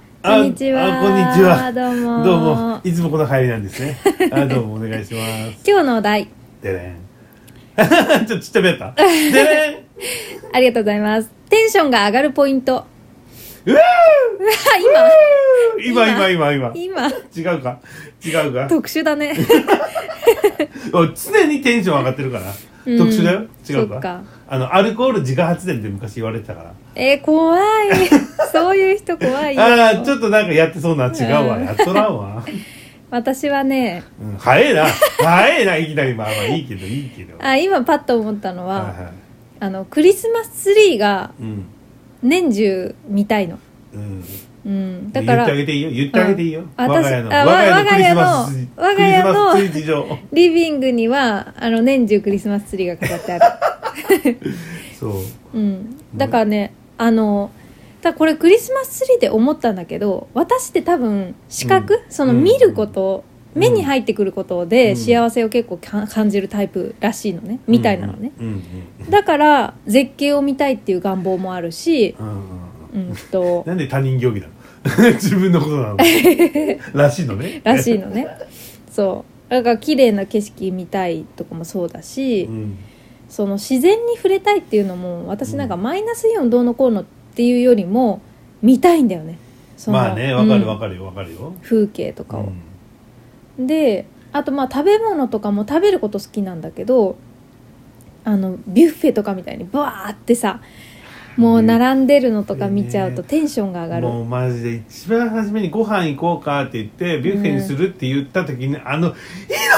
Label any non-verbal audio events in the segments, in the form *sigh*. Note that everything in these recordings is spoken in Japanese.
ちは。あこんにちはどうも。どうもいつもこの入りなんで *laughs* すねあどうもお願いします今日のお題、でれん *laughs* ちょっとちっちゃめやったでれんありがとうございます。テンションが上がるポイント。うわうわ今、ー今今今今今、違うか違うか特殊だ *laughs* ね。お常にテンション上がってるからうん特殊だよ違うそかっかあのアルコール自家発電って昔言われてたからえー、怖い。そういう人怖いよ。ああーちょっとなんかやってそうな違うわうんやっとらんわ、私はね、うん、早えな早えないきなりまあまあいいけどいいけどあ今パッと思ったのは、はいはいあの、クリスマスツリーがうん年中見たいの。うんうん。だか言ってあら、げていいよ言ってあげていいよ、うん我が家のあ私あ我が家のクリスマス我が家のクリスマスツリー事情リビングには、あの、年中クリスマスツリーが飾ってある。そううん、だからね、あのだからこれクリスマスツリーで思ったんだけど私って多分視覚、うんそのうん見ること、うん目に入ってくることでうん幸せを結構か感じるタイプらしいのねみたいなのね、うんうんだから絶景を見たいっていう願望もあるしうんうんうんうんうん *laughs* となんで他人行儀なの *laughs* 自分のこと *laughs* なのらしいのねらしいのねそうだから綺麗な景色見たいとかもそうだし、うんその自然に触れたいっていうのも私なんかマイナスイオンどうのこうのっていうよりも見たいんだよねそのまあねわかうるんわかるよわかるよ、風景とうかを、ん、であとまあ食べ物とかも食べること好きなんだけどあのビュッフェとかみたいにバーってさもう並んでるのとか見ちゃうとねテンションが上がる、もうマジで一番初めにご飯行こうかって言ってビュッフェにするって言った時に、あの「いい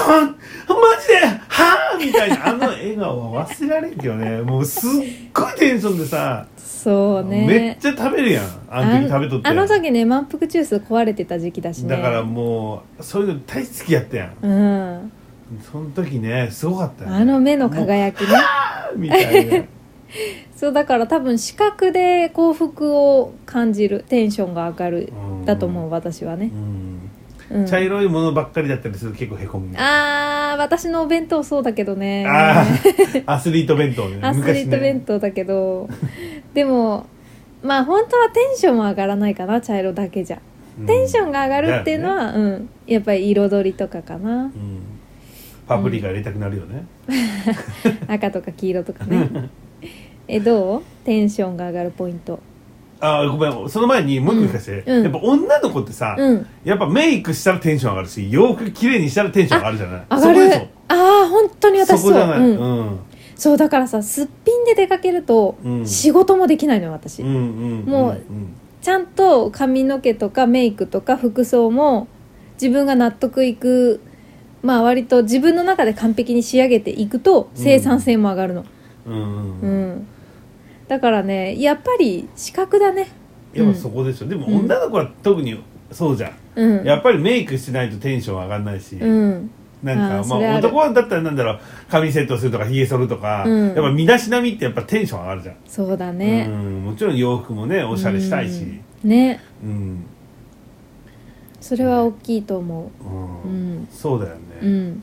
のマジではあ!」みたいなあの笑顔は忘れられんけどねもうすっごいテンションでさ、そうねめっちゃ食べるやんあの時食べとってあの時ね満腹中枢壊れてた時期だしねだからもうそういうの大好きやったやんうんその時ねすごかったよねあの目の輝きね「みた *laughs* いなそうだから多分視覚で幸福を感じるテンションが上がるうんだと思う私はねう、んうん、茶色いものばっかりだったりすると結構へこむあー私のお弁当そうだけどねあーアスリート弁当ね *laughs* アスリート弁当だけど、でもまあ本当はテンションも上がらないかな茶色だけじゃテンションが上がるっていうのは、うんやっぱり彩りとかかな *laughs* うんパプリカ入れたくなるよね、赤とか黄色とか *laughs* ねえどうテンションが上がるポイントあーごめんその前にもう一個聞かせて、うんやっぱ女の子ってさ、うんやっぱメイクしたらテンション上がるし洋服綺麗にしたらテンション上がるじゃない上がるそこああ本当にでしょ私そそうこじゃない、うんうんうんそうだからさすっぴんで出かけると、うん仕事もできないのよ私、うんもうちゃんと髪の毛とかメイクとか服装も自分が納得いくまあ割と自分の中で完璧に仕上げていくと生産性も上がるの、うんうんううんんだからねやっぱり資格だねやっぱそこでしょ、でも女の子は特にそうじゃん、うんやっぱりメイクしないとテンション上がんないし、うんなあんーかまそれあある男はだったらなんだろう髪セットするとかひげ剃るとか、うんやっぱ身だしなみってやっぱテンション上がるじゃん、そうだね、うんもちろん洋服もねおしゃれしたいしうんねうん、それは大きいと思うんううんそうだよね、うん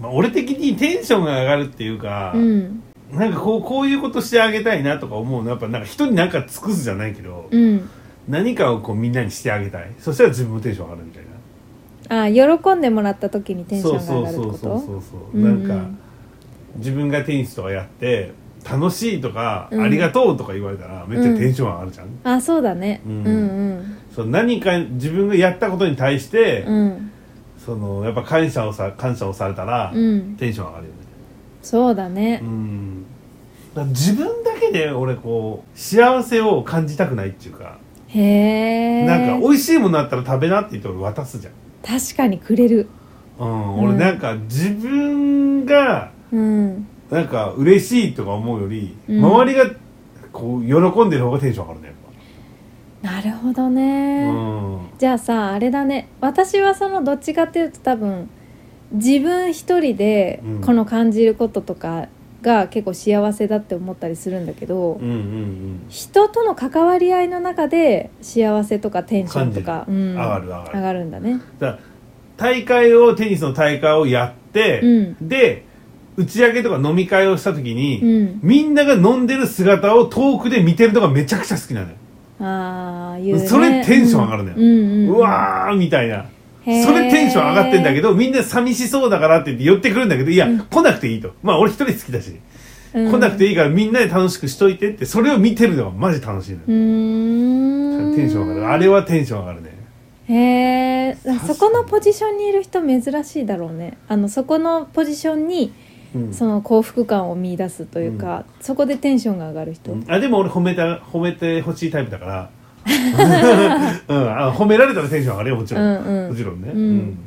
まあ、俺的にテンションが上がるっていうか、うんなんかこうこういうことしてあげたいなとか思うのはやっぱなんか人になんか尽くすじゃないけど、うん何かをこうみんなにしてあげたいそしたら自分もテンション上がるみたいなああ喜んでもらった時にテンションが上がるってことそうそうそうそうそうう、んなんか自分がテニスとかやって楽しいとか、うんありがとうとか言われたらめっちゃテンション上がるじゃん、あそうだね、う、うんんうんその何か自分がやったことに対して、うんそのやっぱ感謝をさ感謝をされたら、うんテンション上がるよねそうだねうんだから自分だけで俺こう幸せを感じたくないっていうか、へえなんか美味しいものあったら食べなって言って俺渡すじゃん、確かにくれるうん、う俺んなんか自分がうんなんか嬉しいとか思うより、うん周りがこう喜んでる方がテンション上がるねやっなるほどぱ、ね、うんじゃあさあれだね私はそのどっちかっていうと多分自分一人でうんこの感じることとかが結構幸せだって思ったりするんだけど、うんうん人との関わり合いの中で幸せとかテンションとか、う感じるん、上がる上がる上がるんだねうんだから大会をテニスの大会をやって、うんで打ち上げとか飲み会をした時に、うんみんなが飲んでる姿を遠くで見てるのがめちゃくちゃ好きなのよああ言う、ね、それテンション上がるのようんうんうん、うわーみたいなそへーれテンション上がってんだけどみんな寂しそうだからって言って寄ってくるんだけどいや、うん来なくていいとまあ俺一人好きだし、うん来なくていいからみんなで楽しくしといてってそれを見てるのがマジ楽しいのよう、ーんテンション上がるあれはテンション上がるねへえそこのポジションにいる人珍しいだろうねあのそこのポジションにうんその幸福感を見出すというか、そこでテンションが上がる人、うんあでも俺褒めた褒めてほしいタイプ *laughs* だから、うん、あ褒められたらテンション上がるよもちろん、うんうんもちろんね、うん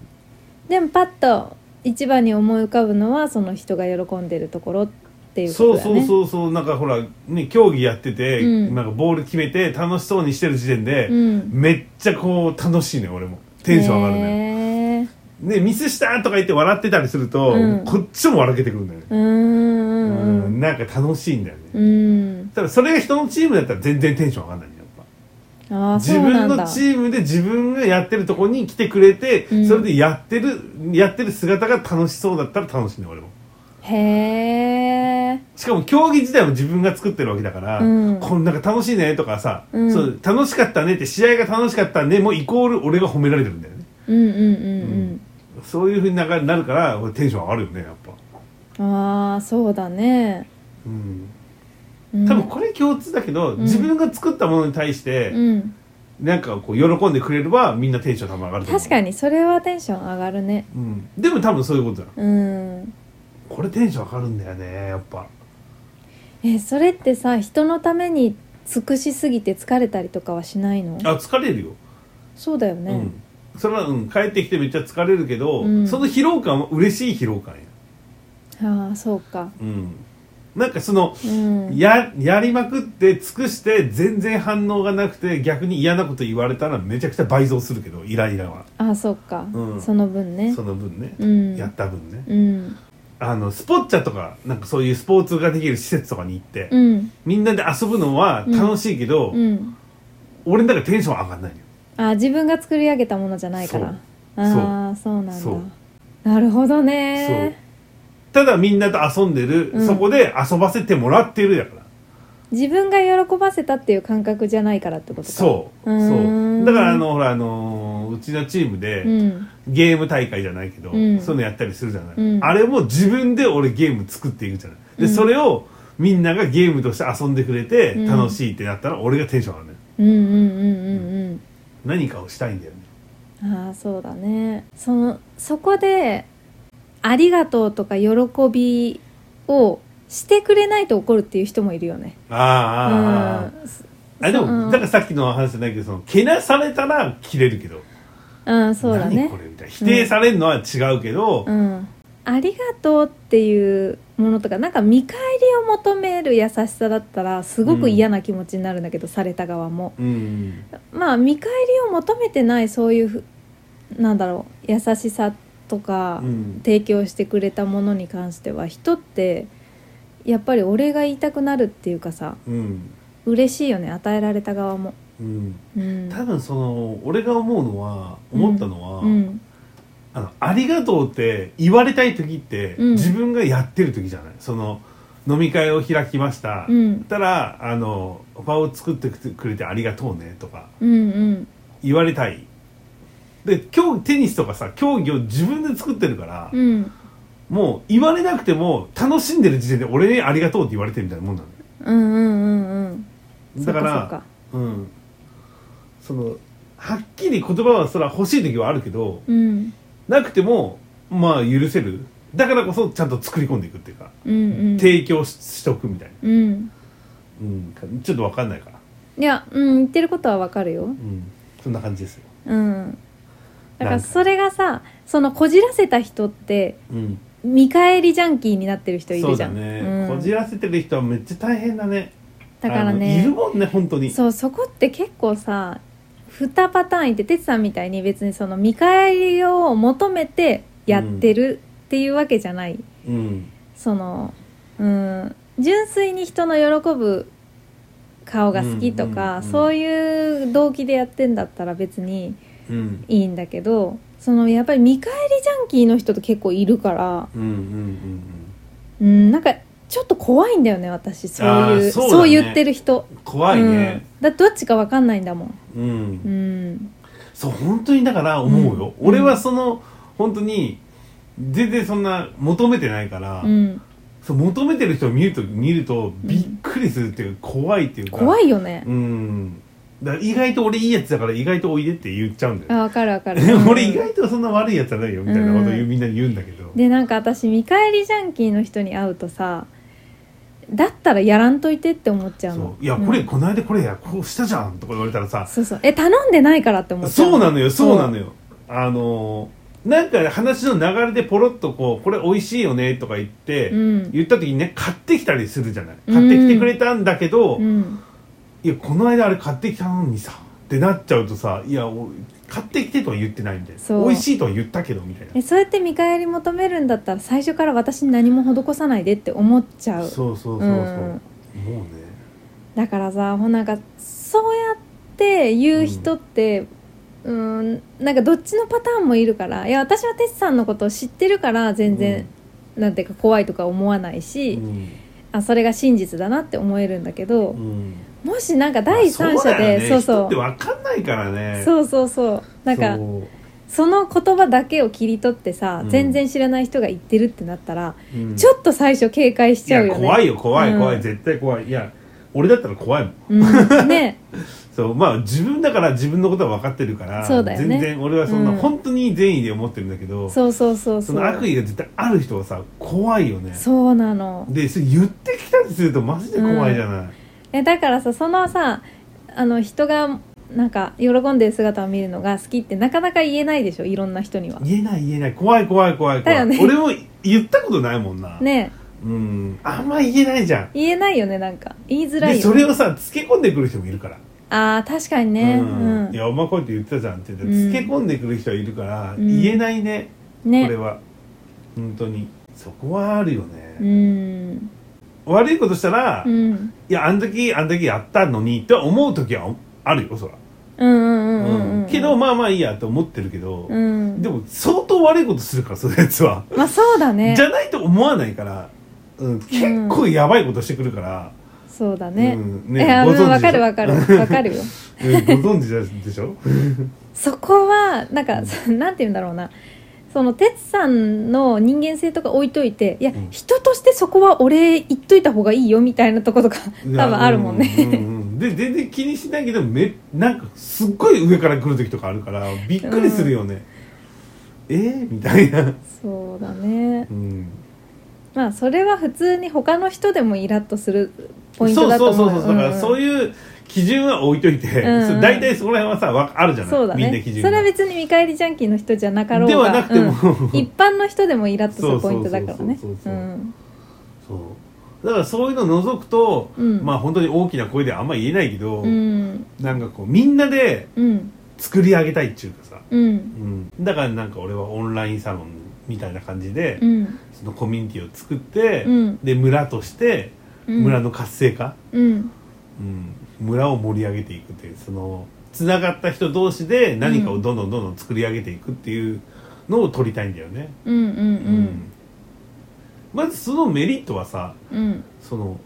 でもパッと一番に思い浮かぶのはその人が喜んでるところっていうこそとうだそうねうそうそうなんかほらね競技やってて、うんなんかボール決めて楽しそうにしてる時点で、うんめっちゃこう楽しいね俺もテンション上がるね、ねねミスしたとか言って笑ってたりすると、うんこっちも笑けてくるんだよね、うーんうんうんなんか楽しいんだよね、うんただそれが人のチームだったら全然テンション上がんないねやっぱああそ自うな分んだのチームで自分がやってるとこに来てくれて、うんそれでやってるやってる姿が楽しそうだったら楽しいね俺もへえしかも競技自体も自分が作ってるわけだから、うんこんなんか楽しいねとかさ、うんそう楽しかったねって試合が楽しかったねもイコール俺が褒められてるんだよねうんうんうんそういうふうにななるから俺テンション上がるよねやっぱ、うん、ああそうだね、うん、うん、多分これ共通だけど、ん自分が作ったものに対して、うんなんかこう喜んでくれればみんなテンション多分上がると思う確かにそれはテンション上がるねうん、でも多分そういうことだうんこれテンション上がるんだよねやっぱえそれってさ人のために尽くしすぎて疲れたりとかはしないのあ疲れるよ、そうだよね、うん、それは、うん、帰ってきてめっちゃ疲れるけど、うんその疲労感は嬉しい疲労感や、ああそうかうん、なんかその、うんややりまくって尽くして全然反応がなくて逆に嫌なこと言われたらめちゃくちゃ倍増するけどイライラはああそうか、うんその分ねその分ね、うんやった分ねうんあのスポッチャとかなんかそういうスポーツができる施設とかに行って、うんみんなで遊ぶのは楽しいけど、うん俺の中でテンション上がんないよああ自分が作り上げたものじゃないからそうああそうなんだそうなるほどそうねただみんなと遊んでる、うんそこで遊ばせてもらってるだから自分が喜ばせたっていう感覚じゃないからってことかそううーそんうだからあのほらあのーうちのチームで、うんゲーム大会じゃないけど、うんそういうのやったりするじゃない、うんあれも自分で俺ゲーム作っていくじゃないで、うんそれをみんながゲームとして遊んでくれてうん楽しいってなったら俺がテンション上がるねうんうんうんうんうん何かをしたいんだよねああそうだねそのそこで「ありがとう」とか「喜び」をしてくれないと怒るっていう人もいるよねあーあー、あーあでも、うんだからさっきの話じゃないけどそのけなされたら切れるけどうん、うん、そうだ何ねこれみたいな否定されるのは違うけど、うんありがとうっていうものとかなんか見返りを求める優しさだったらすごく嫌な気持ちになるんだけど、された側もうんまあ見返りを求めてないそういうふなんだろう優しさとか、うん提供してくれたものに関しては人ってやっぱり俺が言いたくなるっていうかさうん嬉しいよね与えられた側も。うんうん、多分その俺が思うのは思ったのは、うんあの「ありがとう」って言われたい時って、うん自分がやってる時じゃないその飲み会を開きました、うそんしたらあの「場を作ってくれてありがとうね」とかうんうん言われたいで競技テニスとかさ競技を自分で作ってるから、うんもう言われなくても楽しんでる時点で俺に「ありがとう」って言われてるみたいなもんなのようんうんうんうんだからそうかうんそのはっきり言葉はそれは欲しい時はあるけどそうかうんなくてもまあ許せるだからこそちゃんと作り込んでいくっていうかうんうん提供ししとくみたいな、うんうん、ちょっと分かんないから、いやうん言ってることはわかるようん、そんな感じですよ、うんだかならんかそれがさそのこじらせた人ってうん、見返りジャンキーになってる人いそるうじゃだんね、うんこじらせてる人はめっちゃ大変だねだからあのねいるもんね本当にそうそこって結構さ2パターンいて哲さんみたいに別にその見返りを求めてやってるっていうわけじゃない、うんそのうん純粋に人の喜ぶ顔が好きとか、うんうんうんそういう動機でやってんだったら別にうんいいんだけどそのやっぱり見返りジャンキーの人と結構いるから、うんうんうんうん、なんかちょっと怖いんだよね私そういあうーそ,、そううだね言ってる人怖いねうん、だってどっちかわかんないんだもんうん、うんそう本当にだから思うよ、うん俺はその本当に全然そんな求めてないから、うんそう求めてる人を見ると見るとびっくりするっていうか怖いっていうか怖いよねうんだから意外と俺いいやつだから意外とおいでって言っちゃうんだあよわかるわかる *laughs* 俺意外とそんな悪いやつじゃないよみたいなことを言うみんなに言うんだけど、でなんか私見返りジャンキーの人に会うとさだったらやらんといてって思っちゃうのそういやこれ、うんこの間これやこうしたじゃんとか言われたらさそうそうえ頼んでないからって思っちゃうそうなのよそうなのよよあのーなんか話の流れでポロッとこうこれ美味しいよねとか言って、うん言った時にね買ってきたりするじゃない買ってきてくれたんだけど、うんいやこの間あれ買ってきたのにさってなっちゃうとさいやお買ってきてとは言ってないみたいそうな美味しいとは言ったけどみたいえそうやって見返り求めるんだったら最初から私に何も施さないでって思っちゃなうそうそうそううそう、んもうねだからさほんなんかそうやって言う人って、うーん、なんかどっちのパターンもいるからいや私はテツさんのことを知ってるから全然、なんていうか怖いとか思わないし、うんあそれが真実だなって思えるんだけど、うんもしなんか第三者でそまうあそうだよね人そってう分かんないからねそうそうそうなんかそそうの言葉だけを切り取ってさ、うん全然知らない人が言ってるってなったら、うんちょっと最初警戒しいちゃうやよね怖いよ怖い怖い、うん絶対怖いいや俺だったら怖いもんうん、ねそうまあ自分だから自分のことは分かってるからそうだよね全然俺はそんな、うん本当に善意で思ってるんだけどそうそうそうそそうの悪意が絶対ある人はさ怖いよねそうなのでそれ言ってきたりするとマジで怖いじゃない、えだからさそのさあの人がなんか喜んでる姿を見るのが好きってなかなか言えないでしょいろんな人には言えない言えない怖い怖い怖い怖い、だよね俺も言ったことないもんな、ねうんあんま言えないじゃん言えないよねなんか言いづらいでよそれをさつけ込んでくる人もいるから、あー確かにねううんん、いやお前こうやって言ってたじゃんって言って、うんつけ込んでくる人はいるから、うん言えないねこれねは本当にそこはあるよね、うん悪いことしたら、うんういんやあの時あの時やったのにって思う時はあるよそら、うんうんううんうんんけどまあまあいいやと思ってるけど、うんでも相当悪いことするからそのやつは、まあそうだねじゃないと思わないから、うん、結構やばいことしてくるから、そうだね,、うんいやご存知でしょわかるわかるわかるようんご存知でしょそこはなんかそ *laughs* なんて言うんだろうなその哲さんの人間性とか置いといていや、うん人としてそこは俺言っといた方がいいよみたいなとことか多いや分あるもんうね、んうんで全然気にしないけどめなんかすっごい上から来る時とかあるからびっくりするよね、えー、みたいな、そうだねうん、まあそれは普通に他の人でもイラッとするポイントそうだそとう思そううそうだからそうういう基準は置いといて、うんうんそう大体そこら辺はさわあるじゃんないそうだみんなね基準それは別に見返りジャンキーの人じゃなかろうがではなくても、うん一般の人でもイラッとするポイントだからねそうそううそうそうそうんそうだからそういうの除くと、うんまあ本当に大きな声ではあんま言えないけど、うんなんかこうみんなでうん作り上げたいっていうかさ、うんうん、だからなんか俺はオンラインサロンみたいな感じで、うんそのコミュニティを作って、うんで村としてうん村の活性化、うんうん村を盛り上げていくっていうそのつながった人同士で何かをどんどんどんどん作り上げていくっていうのを取りたいんだよね。うんうんうんまずそのメリットはさうんうんその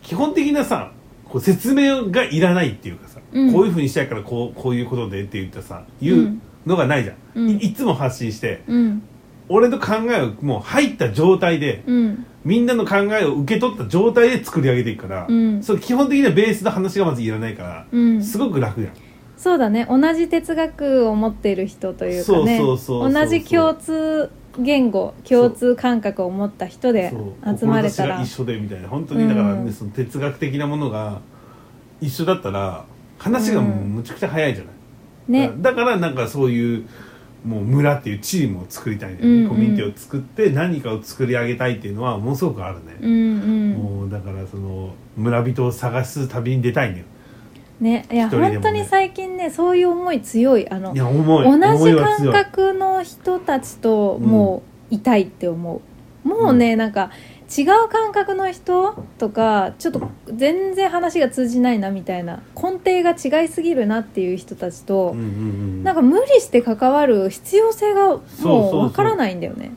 基本的なさこう説明がいらないっていうかさ、うんこういうふうにしたいからこうこういうことでって言ったさ言うのがないじゃん、うんいいつも発信してうん俺の考えをもう入った状態でうんみんなの考えを受け取った状態で作り上げていくから、うんその基本的なベースの話がまずいらないから、うんすごく楽じゃん。そうだね同じ哲学を持っている人というかねそうそうそうそう同じ共通言語共通感覚を持った人でそう集まれた志がら一緒でみたいな本当にだから、ねうんその哲学的なものが一緒だったら話がもうむちゃくちゃ早いじゃない、ねだからなんかそういうもう村っていうチームを作りたいんだよね、うんうんコミュニティを作って何かを作り上げたいっていうのはものすごくあるね、うんうんもうだからその村人を探す旅に出たいんだよねいや一人でもね本当に最近ねそういう思い強いあのいや重い同思じいは強感い覚の人たちともういたいって思う、もうねなんか違う感覚の人とかちょっと全然話が通じないなみたいな根底が違いすぎるなっていう人たちと、うんうんうんなんか無理して関わる必要性がそうそうもそううわからないんだよね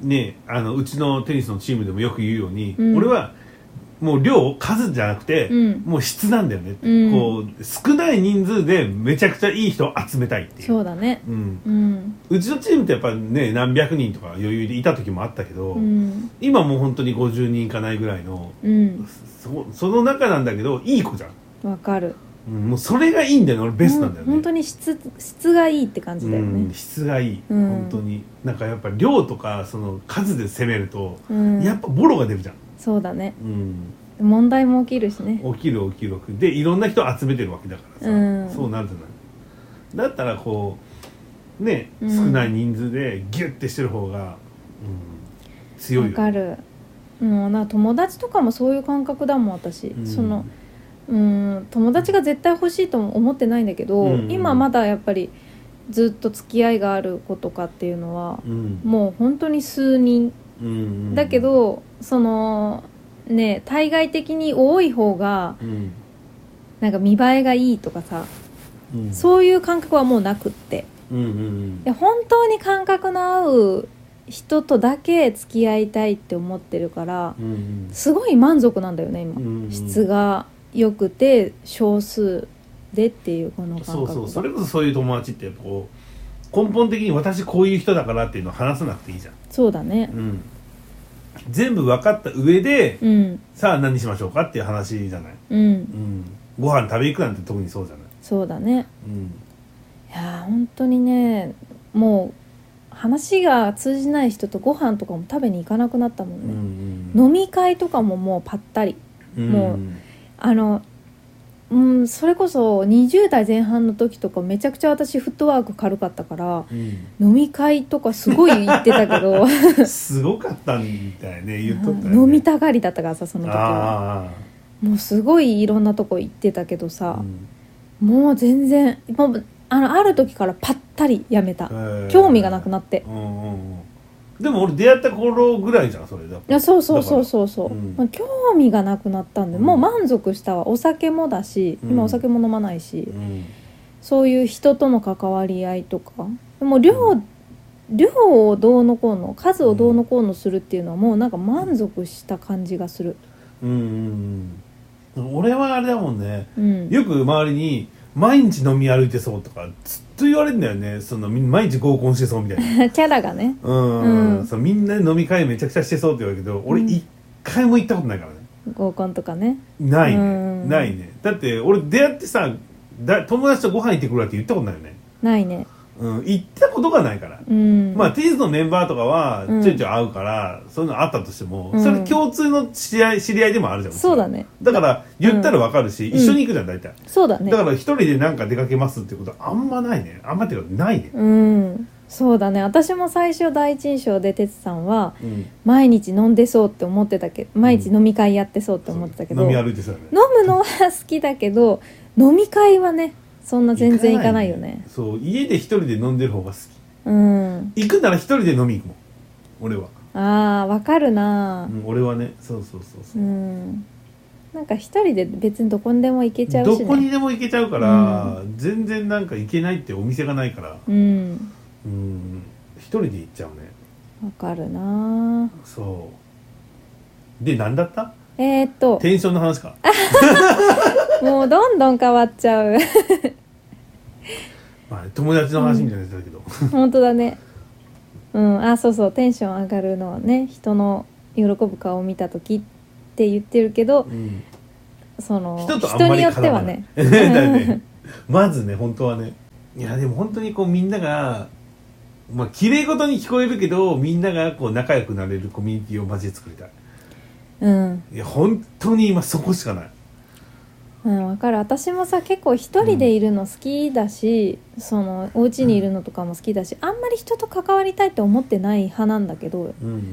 ねあのうちのテニスのチームでもよく言うように、うん俺はもう量数じゃなくて、うんもう質なんだよねって、うんこう少ない人数でめちゃくちゃいい人を集めたいっていうそうだねう、ん、うんうちのチームってやっぱね何百人とか余裕でいた時もあったけど、うん今もう本当に50人いかないぐらいのうんそその中なんだけどいい子じゃん、わかるうん、もうそれがいいんだよね俺ベストなんだよね、ほ本当に質質がいいって感じだようん、ね質がいい、うん本当になんかやっぱ量とかその数で攻めると、うんやっぱボロが出るじゃん、そうだねうん、問題も起きるしね起きる起きる起きるでいろんな人集めてるわけだからさ、うんそうなるじゃないだったらこうねうん少ない人数でギュッてしてる方が、うん、強わいよねかるうん、なんか友達とかもそういう感覚だもん私、うんそのうん友達が絶対欲しいとも思ってないんだけど、うん今まだやっぱりずっと付き合いがある子とかっていうのはうんもう本当に数人うんだけ、ど、そのね対外的に多い方がうんなんか見栄えがいいとかさうん、そういう感覚はもうなくってうんうんうんいや本当に感覚の合う人とだけ付き合いたいって思ってるからうんすごい満足なんだよねう今、んうん質が良くて少数でっていうこの感そ覚うそうそれこそそういう友達ってやっぱこう根本的に私こういう人だからっていうのを話さなくていいじゃんそうだねうん、全部分かった上で、うんさあ何しましょうかっていう話じゃない、うんうん、ご飯食べ行くなんて特にそうじゃない、そうだねうんいやー本当にねもう話が通じない人とご飯とかも食べに行かなくなったもんね、飲み会とかももうぱったりうんもうあのうんそれこそ20代前半の時とかめちゃくちゃ私フットワーク軽かったからうん飲み会とかすごい行ってたけど、うん、すごかったみたいね *laughs* 言っとったよ *laughs* ね、飲みたがりだったからさその時はあもうすごいいろんなとこ行ってたけどあ、さう、んもう全然もうあのある時からぱったりやめた、えー興味がなくなってうんうんうんでも俺出会った頃ぐらいじゃんそれだいやそうそうそうそうそう、だからうんまあ興味がなくなったんで、うんもう満足したわお酒もだしうん今お酒も飲まないし、うんそういう人との関わり合いとかでも量、量をどうのこうの数をどうのこうのするっていうのはもうなんか満足した感じがするうんうんうん俺はあれだもんねうん *laughs* よく周りに毎日飲み歩いてそうとかずっと言われるんだよねそのみ毎日合コンしてそうみたいなキャラがねうん、うんそのみんなで飲み会めちゃくちゃしてそうって言われるけど俺うん一回も行ったことないからね合コンとかねないね、うんないねだって俺出会ってさだ友達とご飯行ってくるわって言ったことないよね、ないねうん、行ったことがないから、うんまあテニスのメンバーとかはうんちょいちょい会うから、そういうのあったとしても、うんそれ共通の知り合い知り合いでもあるじゃんそうだねだから言ったらわかるし、うん一緒に行くじゃん大体、そうだねだから一人でなんか出かけますってことはあんまないねあんまっていうかないねうんそうだね私も最初第一印象で哲さんはうん毎日飲んでそうって思ってたけど毎日飲み会やってそうって思ってたけど、飲み飲歩いてそうだねむのは好きだけど飲み会はねそんな全然行かないよねそう家で一人で飲んでる方が好うんき行くなら一人で飲み行くもん俺は、あーわかるなうん、俺はねそうそうそううそう、んなんか一人で別にどこにでも行けちゃうどしこにねでも行けちゃうから、全然なんか行けないってお店がないからうんうん一人で行っちゃうねわかるなそうで何 *laughs* だったえー、っとテンションの話かもうどんどん変わっちゃうまあ、友達の話みたいなやつだけど、本当だねうんあそうそうテンション上がるのはね人の喜ぶ顔を見た時って言ってるけどうんその人とあんまにりよって絡はまないねだよ *laughs* ねまずね本当はねいやでも本当にこうみんながまあ綺麗事に聞こえるけどみんながこう仲良くなれるコミュニティをマジで作りたいうんいや本当に今そこしかないうん、わかる私もさ結構一人でいるの好きだし、そのお家にいるのとかも好きだし、あんまり人と関わりたいって思ってない派なんだけどうん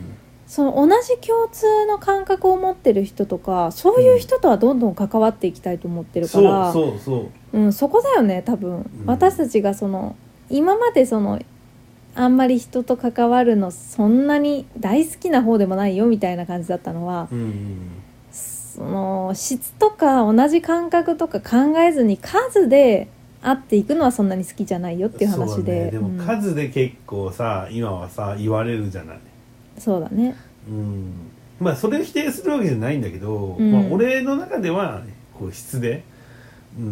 その同じ共通の感覚を持ってる人とかそういう人とはどんどん関わっていきたいと思ってるかそらうそうそうん、そこだよね多分、ん私たちがその今までそのあんまり人と関わるのそんなに大好きな方でもないよみたいな感じだったのはううんその質とか同じ感覚とか考えずに数で会っていくのはそんなに好きじゃないよっていうそう話だねででうんも数で結構さ今はさ言われるじゃないそうだねうん、まあそれを否定するわけじゃないんだけど、うんまあ、俺の中ではこう質で、うんう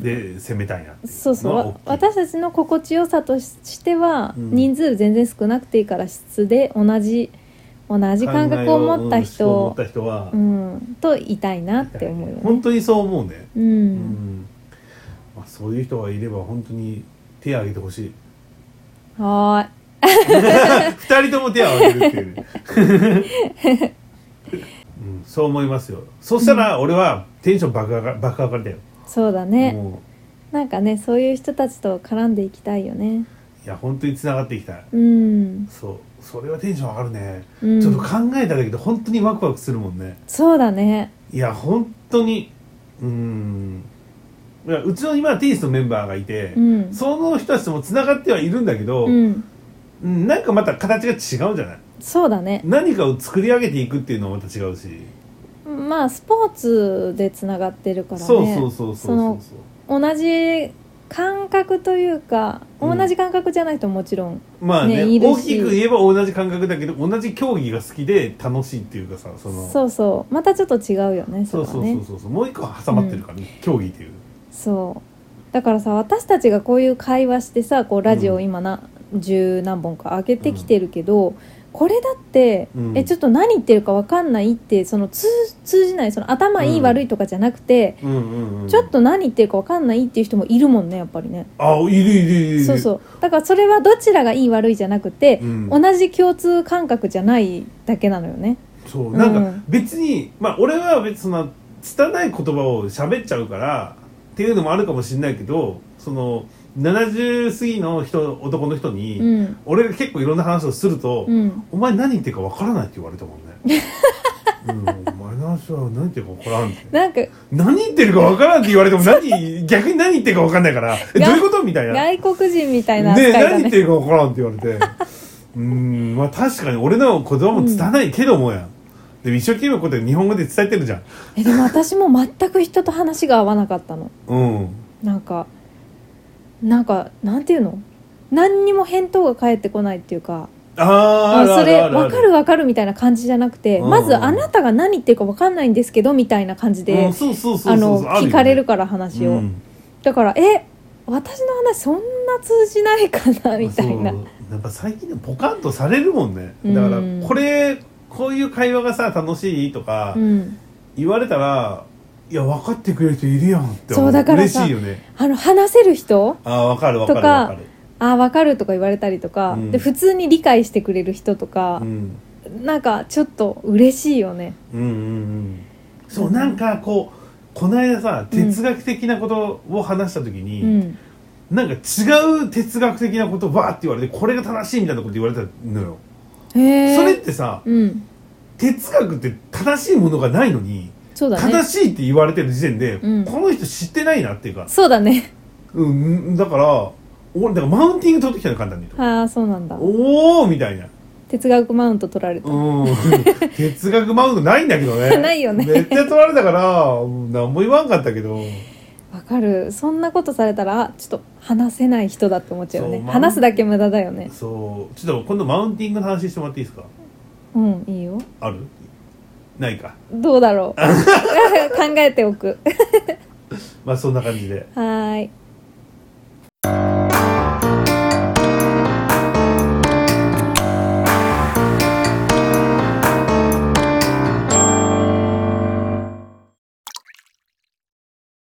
んで攻めたいなっていそうそう、のはわ大きい私たちの心地よさとししては、うん人数全然少なくていいから質で同じ同じ感覚を持った人考えをうんそう思った人は、うん、といたいなって思うよね。本当にそう思うね、ううんん、まあ、そういう人がいれば本当に手を挙げてほしい *laughs* は二人とも手を挙げるっていうね、 *laughs* うん、そう思いますよそしたら俺はテンション爆上が爆上がりだよ、ーいそうだねもなんかねそういう人たちと絡んでいきたいよね。ういや本当につながっていきたいうん、そうそれはテンション上がるね、うんちょっと考えただけで本当にワクワクするもんねそうだねいや本当にうーんいやうちの今テニスのメンバーがいて、うんその人たちともつながってはいるんだけど、うんうんなんかまた形が違うんじゃないそうだね何かを作り上げていくっていうのはまた違うし、まあスポーツでつながってるからねそうそうそうそうそそのう同じ感覚というか、うん同じ感覚じゃないともちろんまあねねいいで大すしきく言えば同じ感覚だけど同じ競技が好きで楽しいっていうかさそのそうそうまたちょっと違うよねそそうれはそうねそうそうそうもう一個挟まってるからね、競技っていうそうだからさ私たちがこういう会話してさこうラジオを今な、十何本か上げてきてるけど、これだって、うんえちょっと何言ってるか分かんないってその通通じないその頭いいうん悪いとかじゃなくて、うんうんうんちょっと何言ってるか分かんないっていう人もいるもんねやっぱりね、あいるいるいるいるそうそうだからそれはどちらがいい悪いじゃなくて、うん同じ共通感覚じゃないだけなのよねそううんなんか別に、まあ俺は別にその拙い言葉を喋っちゃうからっていうのもあるかもしれないけどその70過ぎの人男の人に、うん俺が結構いろんな話をすると「うんお前何言ってるかわからない」って言われたもんね。うん、お前の話は何言ってるか分からんってなんか何言ってるか分からんって言われても何逆に何言ってるか分かんないからえどういうことみたいな外国人みたいな扱ねいだ何言ねってるか分からんって言わ *laughs* れてうーんまあ確かに俺の言葉も拙いけどもやん、でも一生懸命こうやって日本語で伝えてるじゃんえでも私も全く人と話が合わなかったのうんなんかなんかなんていうの何にも返答が返ってこないっていうかああああるそあれるあるあわかるわかるみたいな感じじゃなくて、うんまずあなたが何言ってるかわかんないんですけどみたいな感じうでん、そうそうそあうそうのそうあよね聞かれるから話を、うんだからえ私の話そんな通じないかなみたいなそうなんか最近でもポカンとされるもんねだかうんらこれこういう会話がさ楽しいとかうん言われたら、いや分かってくれる人いるやんって思そうだから嬉さしいよねあの話せる人ああ分かる分かるとか分かるあわかるとか言われたりとか、うんで普通に理解してくれる人とかう、んなんかちょっと嬉しいよねうんうんうんそうなんかこうこの間さ哲学的なことを話した時うに、んなんか違う哲学的なことばーって言われてこれが正しいみたいなこと言われたのよ、へえそれってさうん哲学って正しいものがないのに、そうだね正しいって言われてる時点で、うんこの人知ってないなっていうか、そうだねうん、だから俺だからマウンティング取ってきたの簡単に言うとああそうなんだおおみたいな哲学マウント取られたうん *laughs* 哲学マウントないんだけど *laughs* ねないよねめっちゃ取られたからうん何も言わんかったけどわかるそんなことされたらあちょっと話せない人だって思っちゃうよねそうまあ話すだけ無駄だよねそうちょっと今度マウンティングの話してもらっていいですかうんいいよあるないか *laughs* どうだろう考えておくまあそんな感じではーい